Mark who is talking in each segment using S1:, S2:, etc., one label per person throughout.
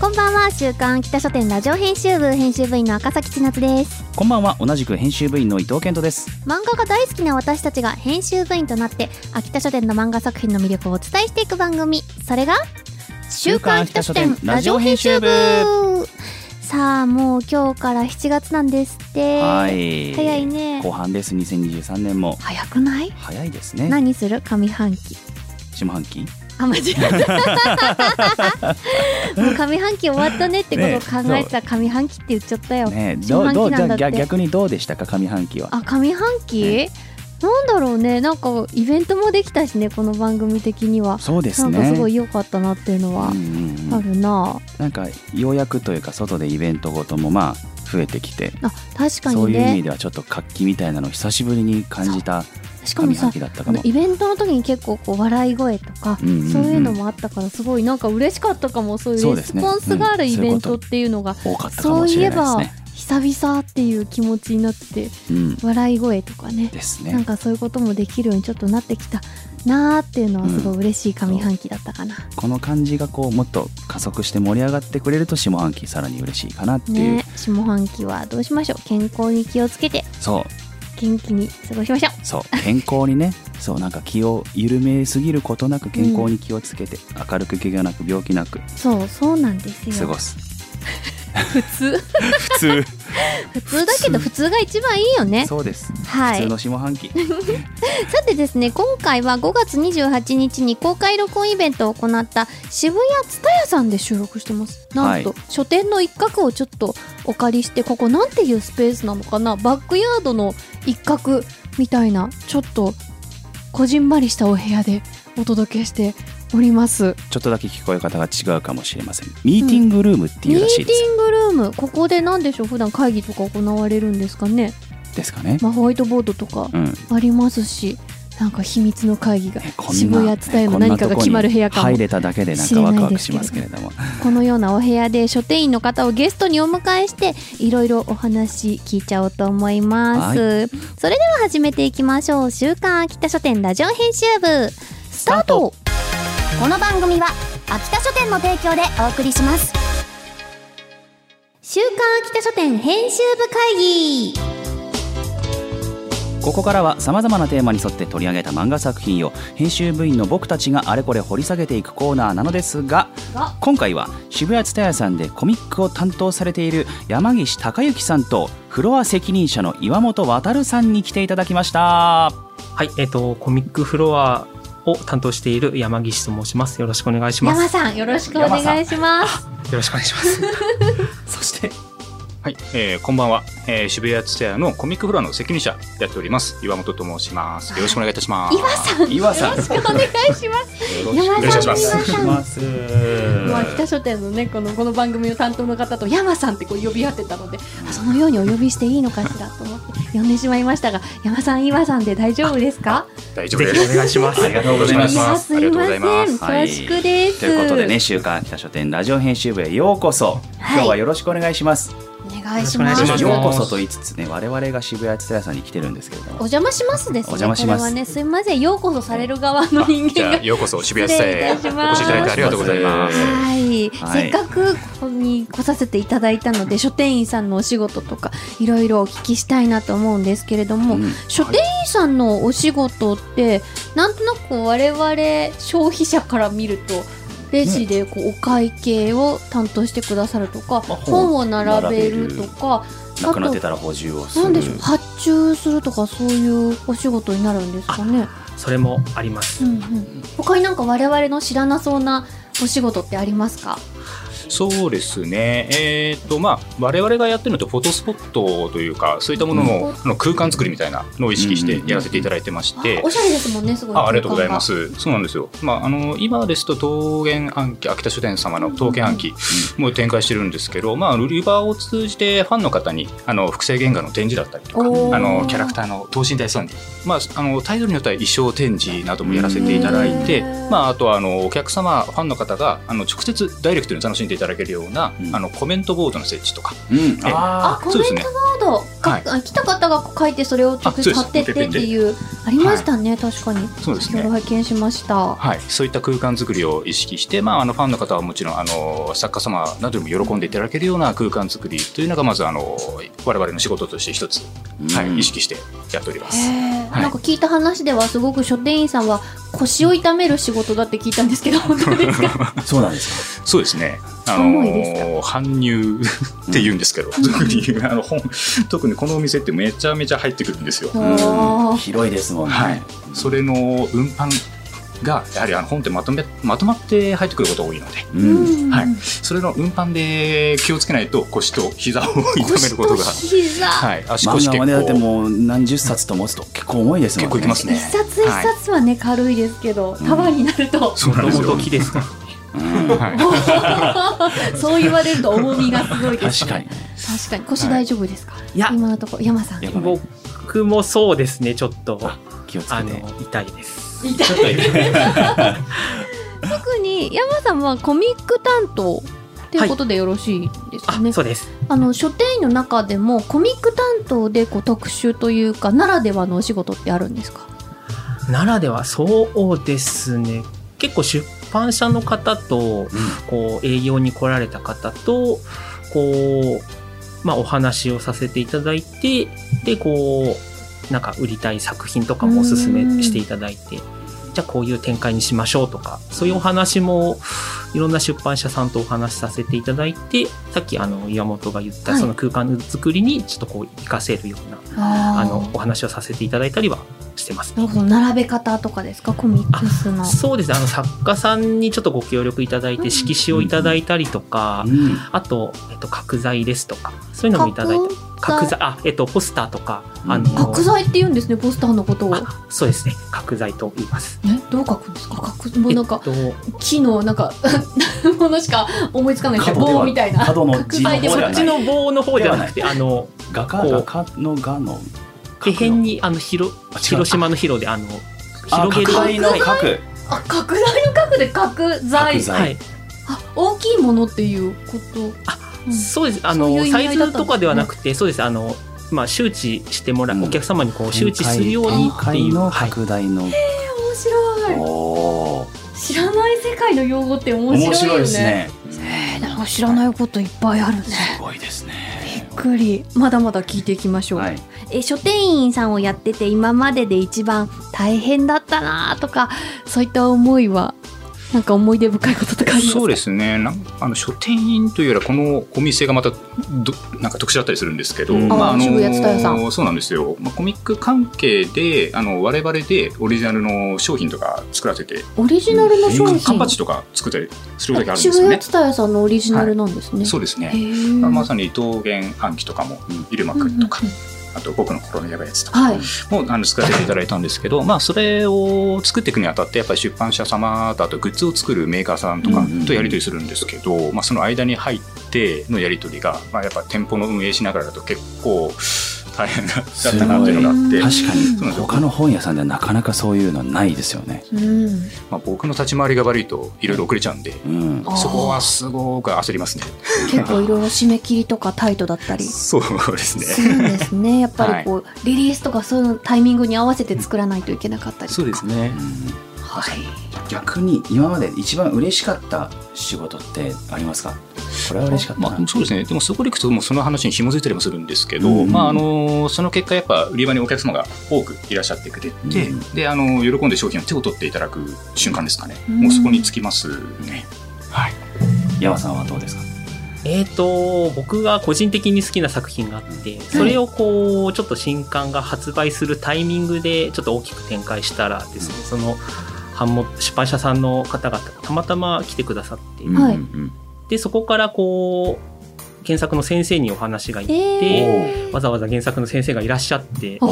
S1: こんばんは週刊北書店ラジオ編集部編集部員の赤崎千夏です
S2: こんばんは同じく編集部員の伊藤健人です
S1: 漫画が大好きな私たちが編集部員となって秋田書店の漫画作品の魅力をお伝えしていく番組それが
S2: 週刊秋田書店ラジオ編集部
S1: さあもう今日から7月なんですって
S2: はい
S1: 早いね
S2: 後半です2023年も
S1: 早くない
S2: 早いですね
S1: 何する上半期
S2: 下半期
S1: あ間違 えたもう上半期終わったねってことを考えてた上半期って言っちゃったよ、
S2: ねど
S1: 下
S2: う
S1: 半
S2: ど
S1: 期
S2: うじ
S1: なんだっ
S2: ゃあ
S1: て
S2: 逆逆にどうでしたか上半期は
S1: あ上半期、
S2: ね
S1: なんだろうねなんかイベントもできたしねこの番組的には、
S2: そうです
S1: なん
S2: ね
S1: かすごい良かったなっていうのは
S2: うんうんう
S1: あ
S2: ん
S1: るな、
S2: なんかようやくというか外でイベントごともまあ増えてきて
S1: あ確か
S2: そ
S1: に
S2: ういう意味
S1: ね
S2: ではちょっと活気みたいなのを久しぶりに感じた
S1: しかも
S2: 上
S1: さ
S2: 半期だった
S1: あ
S2: か
S1: の
S2: も
S1: イベントの時に結構こう笑い声とか、
S2: うんうんうん
S1: そういうのもあったからすごいなんか嬉しかったかもそうい
S2: そうう
S1: レ
S2: です
S1: ス
S2: ね
S1: ポンスがある
S2: うん
S1: イ
S2: そうい
S1: ベン
S2: うこと
S1: トっていうのが
S2: 多かったか
S1: そ
S2: も
S1: う
S2: し
S1: いえ
S2: れないです
S1: ば
S2: ね
S1: 久々っていう気持ちになって
S2: うん
S1: 笑い声とかね
S2: です
S1: なん
S2: ね
S1: かそういうこともできるようにちょっとなってきたなーっていうのはすごい嬉しい上半期だったかな、
S2: この感じがこうもっと加速して盛り上がってくれると下半期さらに嬉しいかなっていう、
S1: ね、下半期はどうしましょう健康に気をつけて
S2: そう
S1: 元気に過ごしましょう
S2: そう健康にねそうなんか気を緩めすぎることなく健康に気をつけて、明るく怪我なく病気なく
S1: そうそうなんです
S2: 過
S1: よ
S2: ごす
S1: 普通
S2: 普通
S1: 普通だけど普通が一番いいよね
S2: そうです、
S1: は
S2: 普通
S1: い
S2: の下半期
S1: さてですね今回は5月28日に公開録音イベントを行った渋谷蔦屋さんで収録してますなんと、
S2: は
S1: 書店の一角をちょっとお借りしてここなんていうスペースなのかなバックヤードの一角みたいなちょっとこじんまりしたお部屋でお届けしております
S2: ちょっとだけ聞こえ方が違うかもしれませんミーティングルームっていうらしい
S1: ミ
S2: で
S1: ー
S2: す
S1: テ、ィングルームここで何でしょう普段会議とか行われるんですかね、
S2: ですかね、
S1: まあ、ホワイトボードとか
S2: うん、
S1: ありますしなんか秘密の会議が
S2: ねこんな
S1: 渋谷伝えの
S2: ねこんな
S1: 何か
S2: とこ
S1: が
S2: に
S1: 決まる部屋かも
S2: 入れただけでなん
S1: し
S2: か
S1: れない
S2: ワ
S1: ですけれど
S2: クワクしますけれども
S1: このようなお部屋で書店員の方をゲストにお迎えしていろいろお話聞いちゃおうと思います、それでは始めていきましょう「週刊秋田書店ラジオ編集部」スタート
S3: この番組は秋田書店の提供でお送りします。
S1: 週刊秋田書店編集部会議
S2: ここからはさまざまなテーマに沿って取り上げた漫画作品を編集部員の僕たちがあれこれ掘り下げていくコーナーなのですが
S1: が
S2: 今回は渋谷蔦屋さんでコミックを担当されている山岸隆之さんとフロア責任者の岩本渉さんに来ていただきました。
S4: はい、えっ、と、コミックフロアを担当している山岸と申します。よろしくお願いします。
S1: 山
S4: よ
S1: さんよろしくお願いします
S4: ろしくお願いします。
S2: そして
S5: はい、えー、こんばんは、えー、渋谷ツタヤのコミックフロアの責任者やっております岩本と申しますよろしくお願いいたします
S1: 岩さん
S2: 岩さん
S1: よろしくお願いします
S5: よ
S1: 山さん
S5: ろしくお願いし
S1: 岩さん
S2: す。
S1: まあ、北書店のねこのこの番組の担当の方と山さんってこう呼び合ってたのであそのようにお呼びしていいのかしらと思って呼んでしまいましたが山さん岩さんで大丈夫ですか
S5: 大丈夫
S4: ぜ
S5: で
S4: ひお
S5: す
S4: 願いします。
S2: ありがとうござい
S5: お
S2: ま
S5: 願
S2: す
S5: いします
S1: いませ
S5: ありがとうござい
S1: ん
S5: ま
S2: は
S1: 恐
S2: い
S1: 縮です、
S2: ということでね週刊秋田書店ラジオ編集部へようこそ、
S1: はい
S2: 今日はよろしくお願いします
S1: お願いしま
S4: よろ
S1: す
S4: しくお願いします
S2: ようこそと言いつつね我々が渋谷蔦屋さんに来てるんですけれど
S1: お
S2: も
S1: 邪魔しますですね
S2: お邪魔します
S1: これはねすいませんようこそされる側の人
S5: じ
S1: 間
S5: ゃ
S1: が
S5: あようこそ渋谷ツタヤへお越し
S1: 失礼
S5: い
S1: いたします
S5: ただいてありがとうございます
S1: はい、
S2: はい
S1: せっかくここに来させていただいたので書店員さんのお仕事とかいろいろお聞きしたいなと思うんですけれども、
S2: うん
S1: 書店員さんのお仕事ってなんとなく我々消費者から見るとレジでこうお会計を担当してくださるとか、
S2: 本
S1: 本を並べるとか
S2: なくなってたら補充をする
S1: なんでしょう発注するとかそういうお仕事になるんですかね。
S4: それもあります。
S1: うんうん、他になんか我々の知らなそうなお仕事ってありますか
S5: そうですね、えーとまあ、我々がやってるのとフォトスポットというかそういったものの,、あの空間作りみたいなのを意識してやらせていただいてまして、
S1: おしゃれですもんね、すごい。
S5: あありがとうございま。す。そうなんですよ。まああの今ですと桃源暗記秋田書店様の桃源暗記も展開してるんですけど、まあリバーを通じてファンの方にあの複製原画の展示だったりとか、
S1: おー
S5: あのキャラクターの等身大サンディ、まああのタイトルによっては衣装展示などもやらせていただいて
S1: へー、
S5: まああとはあのお客様ファンの方があの直接ダイレクトに楽しんでいただけるような、
S2: うん
S5: あのコメントボードの設置とか、
S2: うん、
S5: え
S2: あ
S1: あ、コ
S5: そうで
S1: メ
S5: す
S1: ン
S5: ね
S1: トボードか、
S5: はい
S1: あ来た方が書いてそれを直接貼ってってっていうありましたね、確かに。
S5: そうですね
S1: 先ほど拝見しました。
S5: はい、そういった空間作りを意識して、まあ、あのファンの方はもちろんあの作家様などにも喜んでいただけるような空間作りというのがまずあの我々の仕事として一つ、
S2: あ、
S5: はい、意
S2: 識
S5: 識してやっておりま
S1: へ
S5: す。
S1: え
S5: はい
S1: なんか聞いた話ではすごく書店員さんは腰を痛める仕事だって聞いたんですけど本当ですか
S2: そうなんです
S5: そうですね。あ
S1: 重い
S5: の搬 入って言うんですけど、特にあの本特にこのお店ってめちゃめちゃ入ってくるんですよ。
S1: お
S2: か、うん、
S1: ー
S2: 広いですもんね、
S5: はい、それの運搬がやはりあの本ってまとめまとまって入ってくることが多いので、
S2: う、
S1: うんん
S5: はい、それの運搬で気をつけないと腰と膝を痛め
S1: 腰
S5: ること
S1: と
S5: が。
S1: 膝、
S5: はい、足
S2: 漫
S5: 腰
S2: 画
S5: 結
S2: ま
S5: 構
S2: でだってもう何十冊と持つと結構重いですもんね
S5: 結構いきますね
S1: 一冊一冊はね、軽いですけど
S2: ん
S1: 束になると、
S5: そう
S4: も
S5: なん
S4: と
S5: です
S4: も
S5: よ
S4: と木ですから
S2: うん
S5: は
S1: そう言われると重みがすごいです
S2: 確かに
S1: 確かに腰大丈夫ですか、
S2: いや
S1: 今のところ山さん
S2: やばい
S4: 僕もそうですねちょっと
S2: 気をつけ
S4: あ
S2: て
S4: の痛いです
S1: 痛い特に山さんはコミック担当っていうことでよろしいですか
S4: あ
S1: ね、
S4: そうです
S1: あの書店員の中でもコミック担当でこう特集というかならではのお仕事ってあるんですか
S4: ならではそうですね結構出版社の方とこう営業に来られた方とこうまあお話をさせていただいてでこうなんか売りたい作品とかもおすすめしていただいてじゃあこういう展開にしましょうとかそういうお話もいろんな出版社さんとお話しさせていただいてさっきあの岩本が言っ
S1: は
S4: た
S1: い
S4: その空間作りにちょっとこう活かせるような
S1: あ
S4: あのお話をさせていただいたりはしてます
S1: なるほど並べ方とかですかコミックスの
S4: そうですねあの作家さんにちょっとご協力いただい
S1: うん
S4: て色紙をいただいたりとか、
S2: うん
S4: あと、えっと、角材ですとかそういうのもいただいて
S1: 角
S4: 角
S1: 材
S4: 材あえっとポスターとか、
S2: うん
S4: あの
S1: 角材って言うんですねポスターのことをえ
S4: あそうですね角材と言います。
S1: どう書くんですか角もうなんか
S4: えっと
S1: 木のなんか ものしか思いつかないですね
S2: 角では
S1: 棒みたいな
S2: 角の字の
S1: 角材で
S2: 方じ
S4: そ
S2: ゃ
S4: っ
S2: な
S4: ち
S2: い
S4: の棒の方じゃなくてあの
S2: 画家
S4: こう
S2: 画家の画の
S4: 手辺にあの広
S2: あ違う
S4: 広島の広であの
S2: あ
S4: 広げる
S2: 角材の
S4: はい
S2: 角
S1: あ角材の角で角材
S2: 角材
S4: はい
S1: あ大きいものっていうこと
S4: あ
S1: うん
S4: そうですあ
S1: そういう
S4: の
S1: 意味合
S4: サ
S1: いだ
S4: イ
S1: ったんですね
S4: ズとかではなくてそうですあのまあ周知してもらう、
S2: うん
S4: お客様にこう周知するよう
S2: 展
S4: にってい
S2: 開
S4: う
S2: の
S4: はい
S2: 拡大の、
S1: 面白い
S2: おー
S1: 知らない世界の用語って面白いよね
S2: 面白いですね
S1: えーなんか知らないこといっぱいあるね
S2: すごいですね
S1: びっくりまだまだ聞いていきましょう、
S2: はい
S1: え書店員さんをやってて今までで一番大変だったなとかそういった思いはなんか思い出深いこととかありま
S5: い、
S1: すか
S5: そうですねなんあの書店員というよりはこのお店がまたどなんか特殊だったりするんですけど、
S2: うん
S5: ま
S1: あ
S5: の
S1: 渋谷蔦屋さん
S5: そうなんですよ、まあ、コミック関係であの我々でオリジナルの商品とか作らせて
S1: オリジナルの商
S2: うん
S1: 品
S5: カンパチとか作ったりする時あるんで
S1: 渋
S5: すよね
S1: 谷。蔦屋さんのオリジナルなんですね、
S5: そうですね、
S1: へー
S5: まあまさに桃源暗記とかも
S2: うん
S5: 入間くんとか、あと僕の心のやばいやつとか
S1: はい
S5: もあの作らせていただいたんですけど、まあ、それを作っていくにあたってやっぱり出版社様だとグッズを作るメーカーさんと
S2: う
S5: か
S2: んうんうん
S5: とやり取りするんですけど、まあ、その間に入ってのやり取りが、まあ、やっぱ店舗の運営しながらだと結構大変だったなっていうのがあって
S2: 確。かに
S5: そうなんですよ
S2: 他の本屋さんではなかなかそういうのはないですよね
S1: うん
S5: まあ、僕の立ち回りが悪いといろいろ遅れちゃうんで、
S2: うん
S1: あー
S5: そこはすごく焦りますね。
S1: 結構いろいろ締め切りとかタイトだったり
S5: そうです
S1: す
S5: ね。
S1: るんですねやっぱりこう、リリースとかそういうタイミングに合わせて作らないといけなかったりとか
S5: ね
S2: うん
S1: はい
S2: 逆に今まで一番嬉しかった仕事ってありますかこれは嬉しかったな、
S5: まあ、そうですねでもそこでいくともうその話に紐づいたりもするんですけど、
S2: うん
S5: まあ、あのその結果やっぱ売り場にお客様が多くいらっしゃってくれて、
S2: うん
S5: であの喜んで商品を手を取っていただく瞬間ですかね、
S1: うん
S5: もうそこにつきますね。はい、
S2: 山さんはどうですか
S4: えー、と僕が個人的に好きな作品があってそれをこうちょっと新刊が発売するタイミングでちょっと大きく展開したらですね、その版元出版社さんの方々がたまたま来てくださって、
S1: はい
S2: うん
S4: で、そこからこう、原作の先生にお話がいっ
S1: え
S4: て、
S1: ー、
S4: わざわざ原作の先生がいらっしゃって、ち
S1: お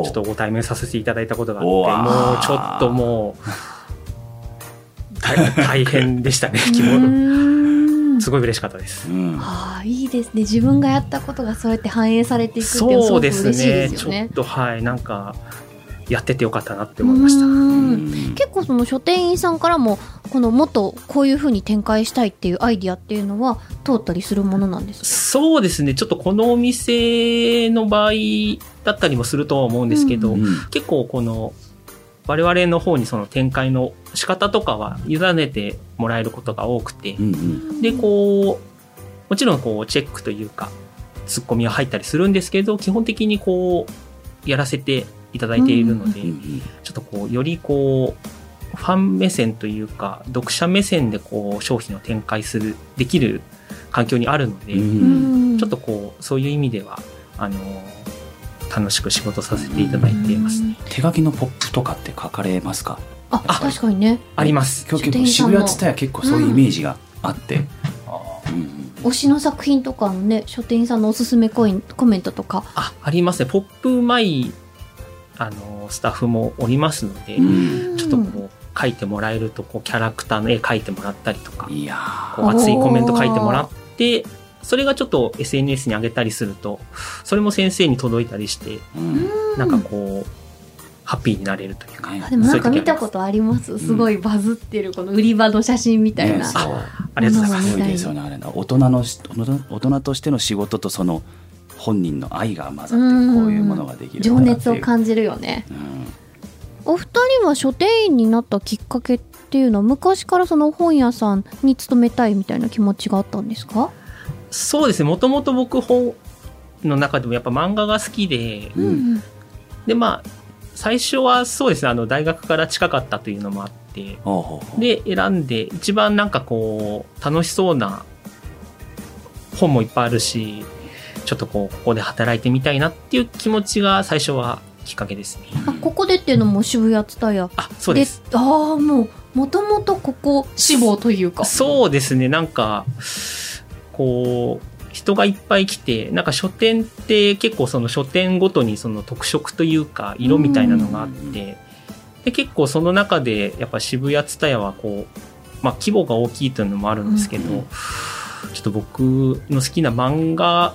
S2: お
S4: ょっとご対面させていただいたことがあって、
S2: おわ
S4: もうちょっともう、大大変でしたね、気
S1: う
S4: も。
S1: ーん
S4: すごい嬉しかったです
S2: う。ん、
S1: ああいいですね自分がやったことがそうやって反映されていくっていうのはす
S4: そ
S1: ご
S4: う
S1: く
S4: で
S1: 嬉し
S4: す
S1: い
S4: ね
S1: です
S4: ち
S1: よね。
S4: ょっとはいなんかやっててよかったなって思いまし
S1: う
S4: た
S1: ー
S2: うんん
S1: 結構その書店員さんからもこのもっとこういう風に展開したいっていうアイディアっていうのは通ったりするものなんですか
S4: そうですねちょっとこのお店の場合だったりもするとは思うんですけど、
S2: うん
S4: 結構この我々の方にその展開の仕方とかは委ねてもらえることが多くて
S2: う、ん
S4: でこうもちろんこうチェックというかツッコミは入ったりするんですけど基本的にこうやらせていただいているので、
S2: うんうん
S4: ちょっとこう、よりこう、ファン目線というか、読者目線でこう、商品を展開する、できる環境にあるので、
S2: うん
S4: ちょっとこう、そういう意味では、あの楽しく仕事させていただいていま
S1: う
S4: す。
S1: ん
S2: 手書きのポップとかって書かれますか
S1: あ確かにね
S4: あります。
S2: 今日
S1: 書店
S2: 結構
S1: 員さん
S2: 渋
S1: も
S2: 谷蔦屋結構そういうイメージがあって、うん
S1: 推しの作品とかのね書店員さんのおすすめコインコメントとか
S4: あ、ありますね。ポップマイ、あのスタッフもおりますので、
S2: うん
S4: ちょっとこう、書いてもらえると、こう、キャラクターの絵描いてもらったりとか
S2: うん、いやー
S4: こう熱いコメント書いてもらって、それがちょっと SNS に上げたりすると、それも先生に届いたりして、
S2: うん
S4: なんかこう、ハッピーになれるというか、
S1: あでもなんか見たことありま
S2: う
S1: す
S2: いう時あります
S1: すごいバズってるこの売り場の写真みたい
S2: ね
S1: な、
S2: そう
S4: ありがとうございます
S2: すごいですよねあれな大人のし大人大人としての仕事とその本人の愛が混ざってこういうものができる
S1: 情
S2: んだなって
S1: 熱
S2: いう
S1: を感じるよね
S2: うん
S1: お二人は書店員になったきっかけっていうのは昔からその本屋さんに勤めたいみたいな気持ちがあったんですか
S4: そうですねもともと僕本の中でもやっぱ漫画が好きで
S2: うん
S4: でまあ最初はそうですねあの大学から近かったというのもあって
S2: ほうほうほう
S4: で選んで一番なんかこう楽しそうな本もいっぱいあるしちょっとこうここで働いてみたいなっていう気持ちが最初はきっかけですね
S1: あここでっていうのも渋谷ツタヤ
S4: あそうです
S1: ああもうもともとここ志望というか
S4: そうですねなんかこう人がいっぱい来てなんか書店って結構その書店ごとにその特色というか色みたいなのがあっ
S2: うん
S4: てで結構その中でやっぱ渋谷蔦屋はこう、まあ、規模が大きいというのもあるんですけど、
S2: うん
S4: ちょっと僕の好きな漫画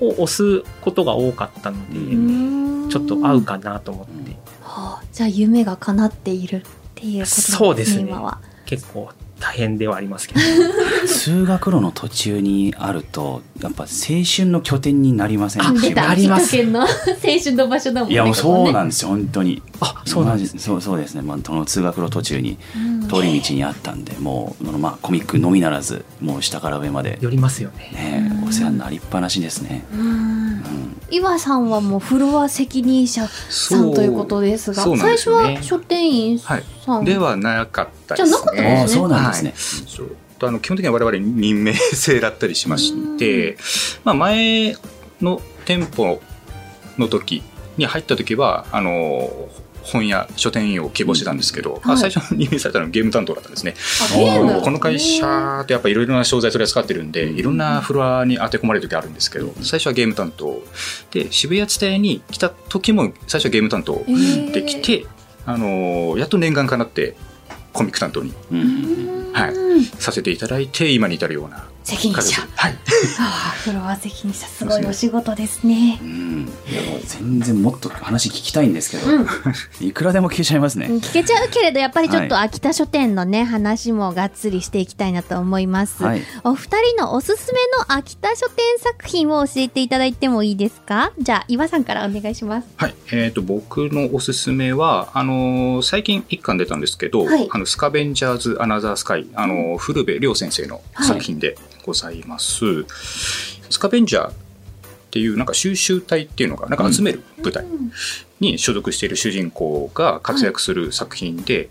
S4: を押すことが多かったので、
S2: う
S1: うーん
S4: ちょっと合うかなと思って、
S2: うん
S1: はあじゃあ夢が叶っているっていうことですね
S4: そうですね
S1: 今は
S4: 結構大変ではあり ますけど。
S2: 通学路の途中にあるとやっぱ青春の拠点になりません
S4: あ
S1: 出た
S4: あります
S1: 秋田県の青春の場所だもん
S2: い
S1: ね
S2: やもうそうなんんですよ本当に
S4: あそうなんです
S2: マジそうそうですね、まあ、その通学路途中に
S1: うん
S2: 通り道にあったんでもうあのまあコミックのみならずもう下から上まで、
S4: よりますよね
S2: ね、お世話になりっぱなしですね、
S1: うん
S2: うん、
S1: 岩さんはもうフロア責任者さんということですが
S5: そうな
S1: 最
S5: んで
S1: 初
S5: すよね
S1: は書店員さん、
S5: ではなかったです
S1: じ
S5: ね。
S1: ゃなかったん
S2: あ
S1: です
S2: あ
S1: ね
S2: そうなんですね、
S5: そうあの基本的には我々任命制だったりしまして、まあ、前の店舗の時に入った時はあの本屋書店員を希望してたんですけ
S1: う
S5: ど、
S1: ん
S5: あ
S1: はい
S5: 最初に任命されたのはゲーム担当だったんですね。
S1: あゲーム
S2: おー
S5: この会社ってやっぱいろいろな商材取り扱ってるんで、
S2: うん
S5: いろんなフロアに当て込まれる時あるんですけど最初はゲーム担当で渋谷地帯に来た時も最初はゲーム担当
S1: えー
S5: できて、あのやっと念願かなってコミック担当に
S2: うん
S5: はい
S1: うん
S5: させていただいて今に至るような
S1: 責任者
S5: ではい
S1: ああフロア責任者すごいお仕事ですね
S2: うん、いやもう全然もっと話聞きたいんですけど、
S1: うん
S2: いくらでも聞いちゃいますね、
S1: 聞けちゃうけれどやっぱりちょっと
S2: は
S1: 秋田書店のね話もがっつりしていきたいなと思います、
S2: はい
S1: お二人のおすすめの秋田書店作品を教えていただいてもいいですかじゃあ岩さんからお願いします
S5: はいえー、と僕のおすすめはあのー最近一巻出たんですけど「
S1: はい
S5: あのスカベンジャーズ・アナザー・スカイ」あのー古部亮先生の作品でございます、スカベンジャーっていうなんか収集隊っていうのがなんか集める舞台に所属している主人公が活躍する作品で、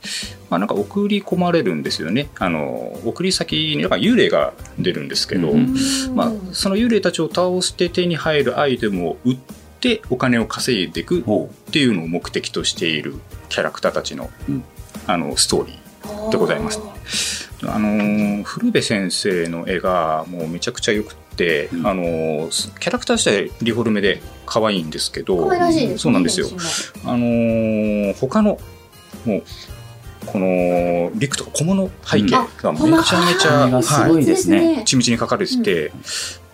S5: まあ、なんか送り込まれるんですよねあのー送り先になんか幽霊が出るんですけど、
S2: うん
S5: まあ、その幽霊たちを倒して手に入るアイテムを売ってお金を稼いでいくっ
S2: ほ
S5: ていうのを目的としているキャラクターたちの,、
S2: うん
S5: あのストーリーでございます。あのー古部先生の絵がもうめちゃくちゃ良くって、
S2: うん
S5: あのーキャラクター自体リフォルメで可愛いんですけど
S6: 可愛らしいですね。
S5: そうなんですよ、あのー他のもうこの陸とか小物背景がめちゃめちゃ、
S2: あすごいですね。
S6: ね。
S5: 緻密に書かれてて、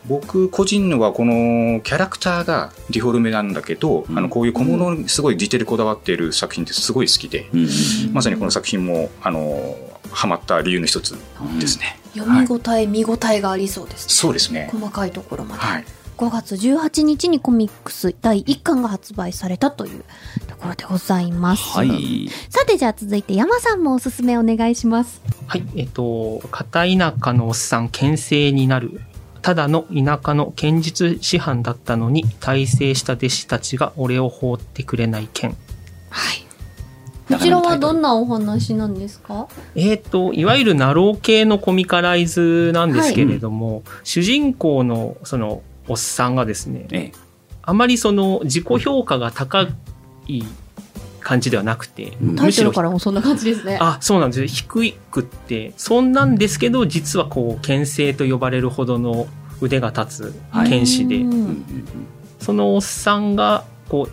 S5: 僕個人のはこのキャラクターがディフォルメなんだけど、
S2: うん
S5: あのこういう小物にすごいディテールこだわっている作品ってすごい好きで、
S2: うん
S5: まさにこの作品もあのハマった理由の一つですね。
S6: 読み応え、見応えがありそうですね。
S5: そうですね。
S6: 細かいところまで。
S5: はい。
S1: 5月18日にコミックス第1巻が発売されたというところでございます。
S2: はい。
S1: さてじゃあ続いて山さんもおすすめお願いします。
S4: はい、えっと、片田舎のおっさん、牽制になる。ただの田舎の剣術師範だったのに、大成した弟子たちが俺を放ってくれない剣。
S6: はい。
S1: こちらはどんなお話なんですか？
S4: えっ、と、いわゆるナロー系のコミカライズなんですけれども、主人公のそのおっさんがですね、
S2: ええ
S4: あまりその自己評価が高い感じではなくて、
S2: うん
S6: タイトルからもそんな感じですね。
S4: あ、そうなんですよ。低くって、そんなんですけど、実はこう、剣聖と呼ばれるほどの腕が立つ
S2: はい
S4: 剣士で、
S1: う
S2: うんうん
S1: ん
S2: うん
S4: そのおっさんが、こ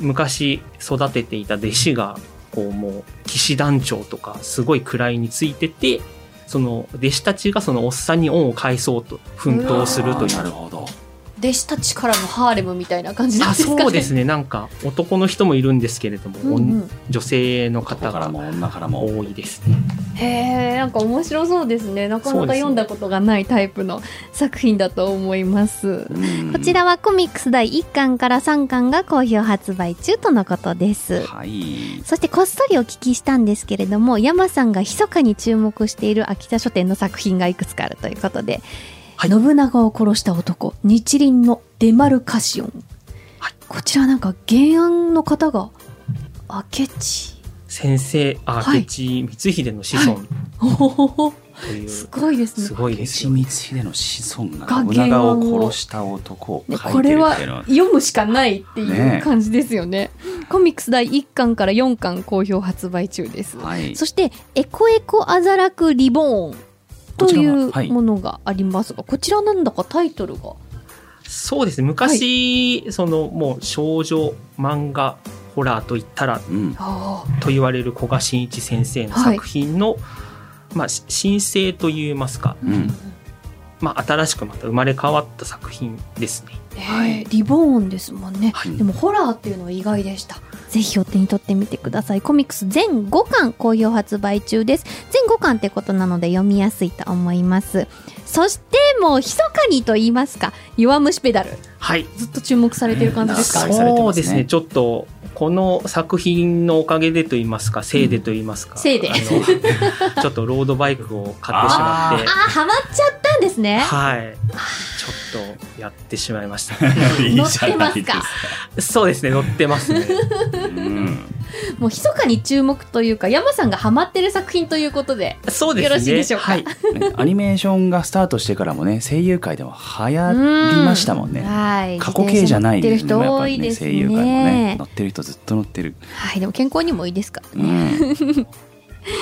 S4: う、昔育てていた弟子が、こう、もう、騎士団長とか、すごい位についてて、その、弟子たちがそのおっさんに恩を返そうと、奮闘するとい
S2: なる
S4: う。
S2: ほど。
S6: 弟子たちからのハーレムみたいな感じなん
S4: あ
S6: ですか
S4: そ
S6: ね。
S4: うですね。なんか、男の人もいるんですけれども、
S6: うんうん
S4: 女性の
S2: 男
S4: 方
S2: から
S4: が
S2: も女からも。
S4: 多いですね。
S1: へえ、なんか面白そうですね。なか
S4: そ
S1: な
S4: う
S1: か
S4: ですね
S1: 読んだことがないタイプの作品だと思います。
S2: うん
S1: こち。らはコミックス第1巻から3巻が好評発売中とのことです。
S2: はい。
S1: そしてこっそりお聞きしたんですけれども、山さんが密かに注目している秋田書店の作品がいくつかあるということで、
S4: はい
S1: 信長を殺した男、日輪のデマルカシオン。
S4: はい
S1: こちらなんか原案の方が、明智。
S4: 先生、あ、
S1: はい
S4: 明智光秀の子孫
S1: おほほ
S4: という、
S1: すごいですね
S4: す。ごい
S2: 明
S4: です
S2: 智
S4: よね。
S2: 光秀の子孫が信長を殺した男を
S1: ね
S2: 書
S1: こ
S2: いて
S1: れ
S2: る
S1: は
S2: っていうのは。
S1: 読むしかないってい
S2: ね
S1: う感じですよねコミックス第1巻から4巻好評発売中です、
S2: はい。
S1: そして「エコエコアザラクリボーン」
S2: ことち
S1: い
S2: らは
S1: う
S2: はい
S1: ものがありますがこちらなんだかタイトルが
S4: そうですね。昔、そのもう少女漫画ホラーと言ったら
S2: うん。
S1: あ
S4: と言われる古賀真一先生の
S1: はい
S4: 作品の、まあし新生と言いますか、
S2: うん。
S4: まあ新しくまた生まれ変わった作品ですね。
S1: ー、えーリボーンですもんね、
S2: はい
S1: でもホラーっていうのは意外でしたぜひお手に取ってみてくださいコミックス全5巻好評発売中です全5巻ってことなので読みやすいと思いますそしてもう密かにと言いますか弱虫ペダル
S4: はい。
S1: ずっと注目されてる感じですか、
S2: ね愛されて
S4: そ
S2: ま
S4: う
S2: すね
S4: ですね。ちょっとこの作品のおかげでと言いますか、せいでと言いますか、
S1: せいで
S4: あの ちょっとロードバイクを買ってしまって
S1: あ、ハマっちゃったんですね
S4: はい。ちょっとやってしまいました。
S2: いいじゃないです
S1: 乗ってま
S4: そうですね、乗ってま すね。
S2: うん。
S1: もう密かに注目というか山さんがハマってる作品ということで
S4: そうですね。
S1: よろしいでしょうか
S4: はい。
S2: ねアニメーションがスタートしてからもね、声優界では流行りましたもんね。
S1: はい
S2: 過去形じゃない
S1: 自
S2: で
S1: 転
S2: す
S1: 車
S2: ね。
S1: 乗ってる人多
S2: やっぱり
S1: い
S2: ね、
S1: です
S2: 声優界もね
S1: ね、
S2: 乗ってる人ずっと乗ってる。
S1: はいでも健康にもいいですから
S2: う
S1: ね、
S2: ん。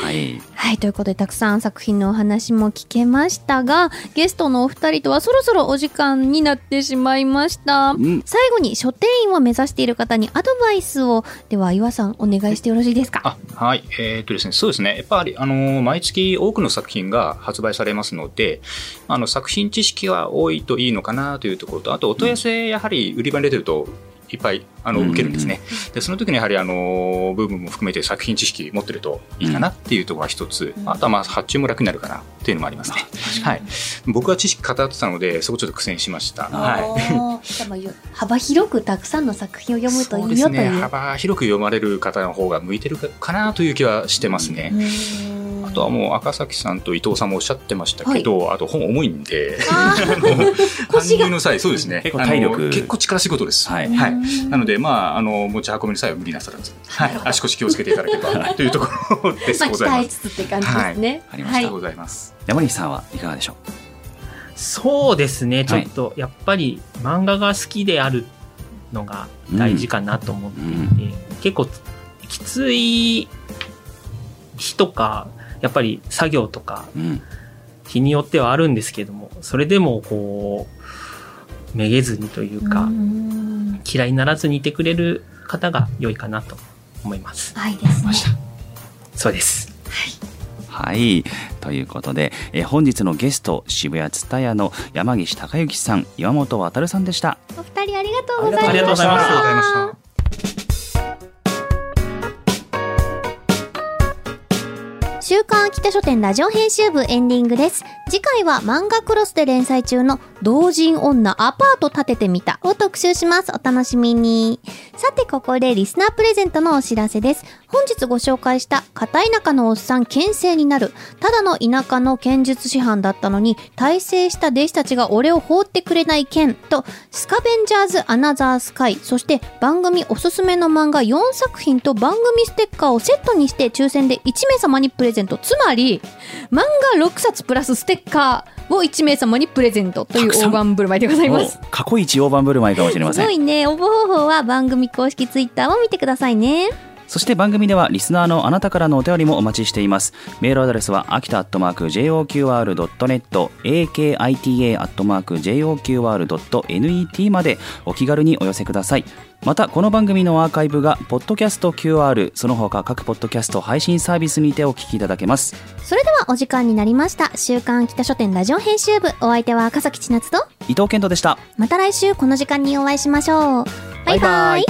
S2: はい。
S1: はいということでたくさん作品のお話も聞けましたがゲストのお二人とはそろそろお時間になってしまいました
S2: うん。
S1: 最後に書店員を目指している方にアドバイスをでは岩さんお願いしてよろしいですか
S5: あはい、えーっとですね、そうですね、やっぱり、あのー毎月多くの作品が発売されますので、あの作品知識が多いといいのかなというところと、あとお問い合わせ、やはり売り場に出てると、いっぱいあの
S2: うん
S5: 受けるんですね、でその時にやはりあのー部分も含めて作品知識持ってるといいかなっていうところが一つ、あとはまあ発注も楽になるかなっていうのもありますね、はい、僕は知識偏ってたのでそこちょっと苦戦しました、はい、
S1: おーじゃあまあよ幅広くたくさんの作品を読むと
S5: そう
S1: い
S5: で
S1: いよ
S5: す
S1: とい
S5: ね
S1: う
S5: 幅広く読まれる方の方が向いてるかなという気はしてますね、あとはもう赤崎さんと伊藤さんもおっしゃってましたけど、あと本重いん で、
S1: あー
S5: あの搬
S1: 腰が
S5: 入の際、そうですね。
S2: 結構体力
S5: あの結構力仕事です。
S2: はい
S5: なので、まあ、あの、持ち運びの際は無理なさらず、はい、足腰気をつけていただければ、というところ です。ござい
S1: まあ、
S5: ま
S1: 鍛え
S5: す。
S1: つつって感じですね。
S5: ありました。ございます。
S2: 山西さんはいかがでしょう。
S4: そうですね、ちょ
S2: はい
S4: っと、やっぱり漫画が好きであるのが大事かなと思っていて、結構きつい日とか、やっぱり作業とか
S2: うん
S4: 日によってはあるんですけどもそれでもこうめげずにというか、嫌いにならずにいてくれる方が良いかなと思います
S3: はいですね
S4: そうです
S2: はいということで、えー本日のゲスト渋谷蔦屋の山岸隆之さん岩本渉さんでした
S1: お二人ありがとうございました
S4: ありがとうございました
S5: ざいました。
S1: 週刊秋田書店ラジオ編集部エンディングです。次回は漫画クロスで連載中の同人女アパート建ててみたを特集します。お楽しみに。さてここでリスナープレゼントのお知らせです。本日ご紹介した片田舎のおっさん牽制になる。ただの田舎の剣術師範だったのに、大成した弟子たちが俺を放ってくれない剣と、スカベンジャーズ・アナザースカイ、そして番組おすすめの漫画4作品と番組ステッカーをセットにして抽選で1名様にプレゼント。つまり、漫画6冊プラスステッカーを1名様にプレゼントという
S2: たくさん
S1: 大盤振る舞いでございます。
S2: お過去一大盤振る舞いかもしれますせ
S1: ご
S2: ん
S1: いね。応募方法は番組公式ツイッターを見てくださいね。
S2: そして番組ではリスナーのあなたからのお便りもお待ちしています。メールアドレスは秋田アットマーク JOQR.net、akita アットマーク JOQR.net までお気軽にお寄せください。またこの番組のアーカイブが、ポッドキャスト QR、その他各ポッドキャスト配信サービスにてお聞きいただけます。
S1: それではお時間になりました。週刊北書店ラジオ編集部。お相手は赤崎千夏と、
S2: 伊藤健人でした。
S1: また来週この時間にお会いしましょう。バイバイ。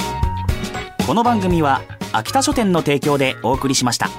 S2: この番組は秋田書店の提供でお送りしました。